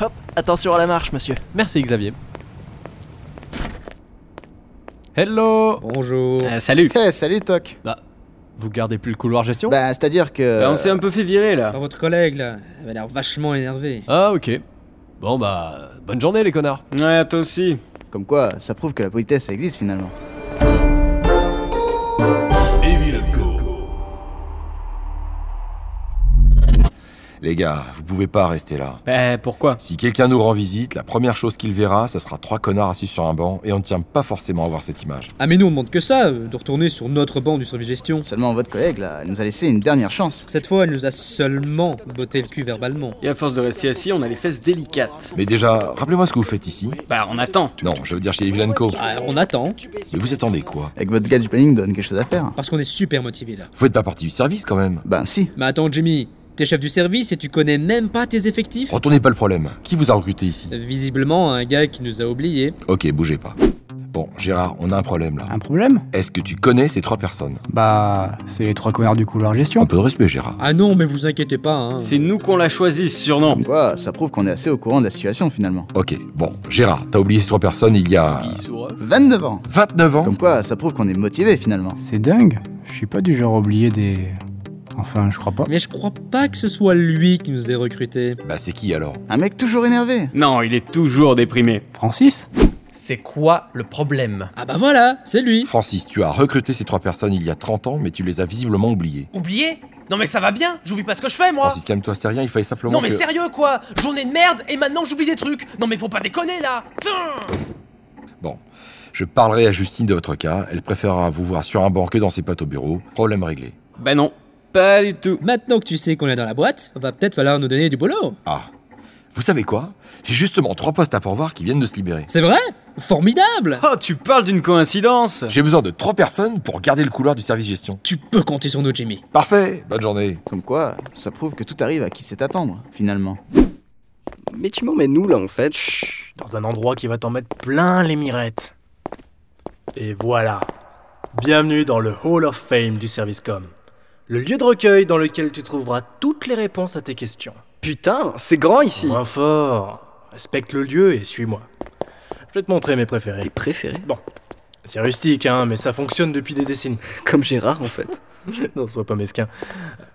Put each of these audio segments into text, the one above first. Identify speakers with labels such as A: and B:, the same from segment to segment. A: Hop, attention à la marche, monsieur.
B: Merci Xavier. Hello
C: Bonjour.
B: Euh, Salut
D: Eh, salut Toc
B: Bah, vous gardez plus le couloir gestion
D: Bah, c'est-à-dire que...
E: Bah, on s'est un peu fait virer là.
C: Par votre collègue là, elle m'a l'air vachement énervée.
B: Ah ok. Bon bah, bonne journée les connards.
E: Ouais, toi aussi.
D: Comme quoi, ça prouve que la politesse, ça existe finalement.
F: Les gars, vous pouvez pas rester là.
E: Bah pourquoi
F: Si quelqu'un nous rend visite, la première chose qu'il verra, ça sera trois connards assis sur un banc, et on ne tient pas forcément à voir cette image.
C: Ah mais nous on demande que ça, euh, de retourner sur notre banc du service gestion.
D: Seulement votre collègue, là, elle nous a laissé une dernière chance.
C: Cette fois elle nous a seulement botté le cul verbalement.
E: Et à force de rester assis, on a les fesses délicates.
F: Mais déjà, rappelez-moi ce que vous faites ici.
E: Bah on attend.
F: Non, je veux dire chez Evelyn Co.
C: Ah, on attend,
F: Mais vous attendez quoi
D: Avec votre gars du planning donne quelque chose à faire.
C: parce qu'on est super motivé là.
F: Vous faites pas partie du service quand même.
D: Ben si.
C: Mais attends Jimmy, t'es chef du service et tu connais même pas tes effectifs
F: Retournez pas le problème. Qui vous a recruté ici
C: Visiblement un gars qui nous a oubliés.
F: Ok, bougez pas. Bon, Gérard, on a un problème là.
G: Un problème
F: Est-ce que tu connais ces trois personnes
G: Bah, c'est les trois connards du couloir
F: Un
G: gestion.
F: peu de respect, Gérard.
C: Ah non mais vous inquiétez pas hein.
E: C'est nous qu'on l'a choisi ce surnom.
D: Comme quoi, ça prouve qu'on est assez au courant de la situation finalement.
F: Ok, bon, Gérard, t'as oublié ces trois personnes il y a.
D: 29 ans
F: 29 ans
D: Comme quoi, ça prouve qu'on est motivé finalement.
G: C'est dingue. Je suis pas du genre à oublier des. Enfin, je crois pas.
C: Mais je crois pas que ce soit lui qui nous ait recrutés.
F: Bah, c'est qui alors
D: Un mec toujours énervé
E: Non, il est toujours déprimé.
G: Francis
H: C'est quoi le problème
C: Ah bah voilà, c'est lui.
F: Francis, tu as recruté ces trois personnes il y a 30 ans, mais tu les as visiblement oubliées.
H: Oublié Non mais ça va bien, j'oublie pas ce que je fais moi
F: Francis, calme-toi, c'est rien, il fallait simplement.
H: Non mais
F: que-
H: sérieux quoi Journée de merde et maintenant j'oublie des trucs Non mais faut pas déconner là Putain
F: Bon, je parlerai à Justine de votre cas, elle préférera vous voir sur un banc que dans ses pattes au bureau. Problème réglé.
E: Bah non, pas du tout.
C: Maintenant que tu sais qu'on est dans la boîte, va peut-être falloir nous donner du boulot.
F: Ah. Vous savez quoi J'ai justement trois postes à pourvoir qui viennent de se libérer.
C: C'est vrai Formidable
E: Oh, tu parles d'une coïncidence
F: J'ai besoin de trois personnes pour garder le couloir du service gestion.
C: Tu peux compter sur nous, Jimmy.
F: Parfait Bonne journée
D: Comme quoi, ça prouve que tout arrive à qui sait attendre, finalement.
I: Mais tu m'emmènes où là en fait Chut.
J: dans un endroit qui va t'en mettre plein les mirettes. Et voilà. Bienvenue dans le Hall of Fame du service com. Le lieu de recueil dans lequel tu trouveras toutes les réponses à tes questions.
I: Putain, c'est grand ici
J: Moins fort. Respecte le lieu et suis-moi. Je vais te montrer mes préférés.
I: Tes préférés
J: C'est rustique, hein, mais ça fonctionne depuis des décennies.
I: Comme Gérard en fait.
J: non, sois pas mesquin.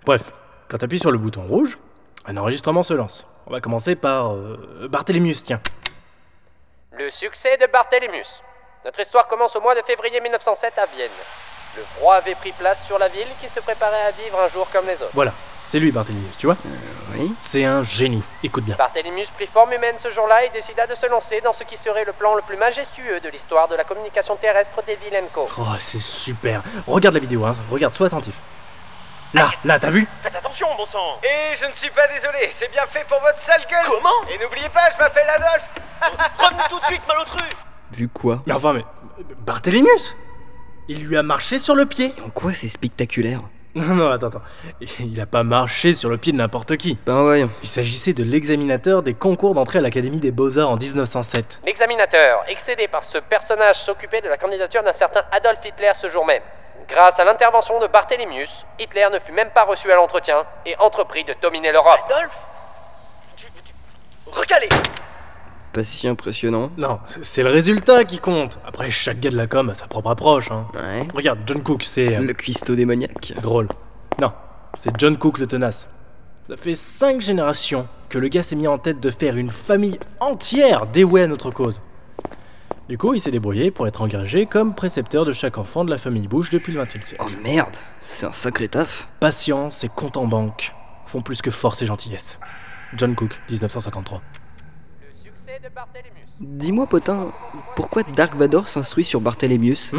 J: Bref, quand t'appuies sur le bouton rouge, un enregistrement se lance. On va commencer par euh, Barthélemius, tiens.
K: Le succès de Barthélemy. Notre histoire commence au mois de février 1907 à Vienne. Le froid avait pris place sur la ville qui se préparait à vivre un jour comme les autres.
J: Voilà, c'est lui Barthélemius, tu vois
I: oui.
J: C'est un génie. Écoute bien.
K: Barthélemy prit forme humaine ce jour-là et décida de se lancer dans ce qui serait le plan le plus majestueux de l'histoire de la communication terrestre des villes Co.
J: Oh, c'est super. Regarde la vidéo, hein. Regarde, sois attentif. Là, là, t'as vu
H: Faites attention bon sang
K: Et je ne suis pas désolé, c'est bien fait pour votre sale gueule
H: Comment
K: Et n'oubliez pas, je m'appelle Adolphe
H: Revenez tout de suite malotru
I: Vu quoi
J: Mais enfin, mais. Barthélémius Il lui a marché sur le pied
I: En quoi c'est spectaculaire
J: Non, non, attends, attends. Il a pas marché sur le pied de n'importe qui.
I: Ben voyons.
J: Il s'agissait de l'examinateur des concours d'entrée à l'Académie des Beaux-Arts en 1907.
K: L'examinateur, excédé par ce personnage, s'occupait de la candidature d'un certain Adolf Hitler ce jour même. Grâce à l'intervention de Barthélemius, Hitler ne fut même pas reçu à l'entretien et entreprit de dominer l'Europe.
H: Adolphe Recalé
I: Pas si impressionnant.
J: Non, c'est le résultat qui compte. Après, chaque gars de la com a sa propre approche, hein.
I: Ouais.
J: Regarde, John Cook, c'est. euh,
I: Le cuistot démoniaque.
J: Drôle. Non, c'est John Cook le tenace. Ça fait cinq générations que le gars s'est mis en tête de faire une famille entière dévouée à notre cause. Du coup, il s'est débrouillé pour être engagé comme précepteur de chaque enfant de la famille Bush depuis le XXe siècle.
I: Oh merde, c'est un sacré taf.
J: Patience et compte en banque font plus que force et gentillesse. John Cook, 1953.
K: Le succès de Barthélemy.
I: Dis-moi potin, pourquoi Dark Vador s'instruit sur Barthélemius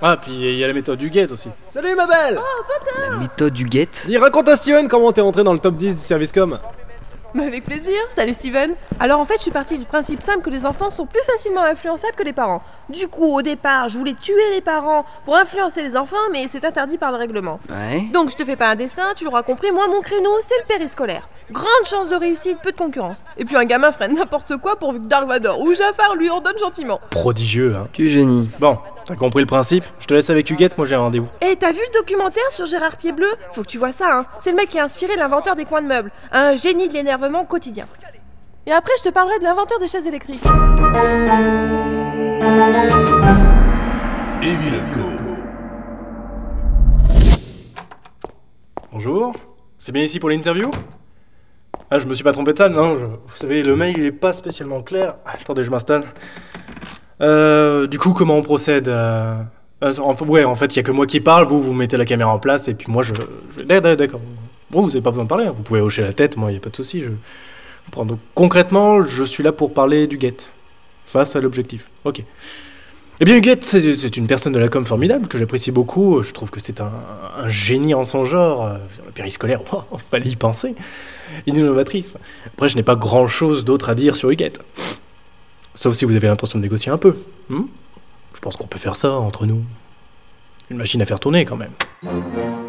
J: Ah, puis il y a la méthode du guet aussi. Salut ma belle
I: La méthode du guet
J: Dis, raconte à Steven comment t'es entré dans le top 10 du service com.
L: Mais avec plaisir, salut Steven. Alors en fait, je suis partie du principe simple que les enfants sont plus facilement influençables que les parents. Du coup, au départ, je voulais tuer les parents pour influencer les enfants, mais c'est interdit par le règlement.
I: Ouais.
L: Donc je te fais pas un dessin, tu l'auras compris, moi mon créneau c'est le périscolaire. Grande chance de réussite, peu de concurrence. Et puis un gamin ferait n'importe quoi pourvu que Dark Vador ou Jafar lui ordonne gentiment.
J: Prodigieux, hein.
I: Tu génie.
J: Bon, t'as compris le principe Je te laisse avec Huguette, moi j'ai un rendez-vous.
L: Et Eh, t'as vu le documentaire sur Gérard Piedbleu Faut que tu vois ça, hein. C'est le mec qui a inspiré l'inventeur des coins de meubles. Un génie de l'énervement quotidien. Et après, je te parlerai de l'inventeur des chaises électriques.
J: Bonjour, c'est bien ici pour l'interview Ah, je me suis pas trompé de salle, non je- Vous savez, le mail il est pas spécialement clair. Ah, Attendez, je m'installe. Euh, du coup, comment on procède euh, euh, en- Ouais, en fait, il y a que moi qui parle, vous, vous mettez la caméra en place, et puis moi, je... je- D'accord, d'accord. Bon, vous avez pas besoin de parler, hein, vous pouvez hocher la tête, moi, il a pas de souci, je comprends. Donc, concrètement, je suis là pour parler du guet, face à l'objectif. Ok. Eh bien, Huguette, c'est c'est une personne de la com formidable que j'apprécie beaucoup. Je trouve que c'est un, un génie en son genre. Euh, Le périscolaire, wow, fallait y penser. Une innovatrice. Après, je n'ai pas grand chose d'autre à dire sur Huguette. Sauf si vous avez l'intention de négocier un peu. hmm je pense qu'on peut faire ça entre nous. Une machine à faire tourner quand même.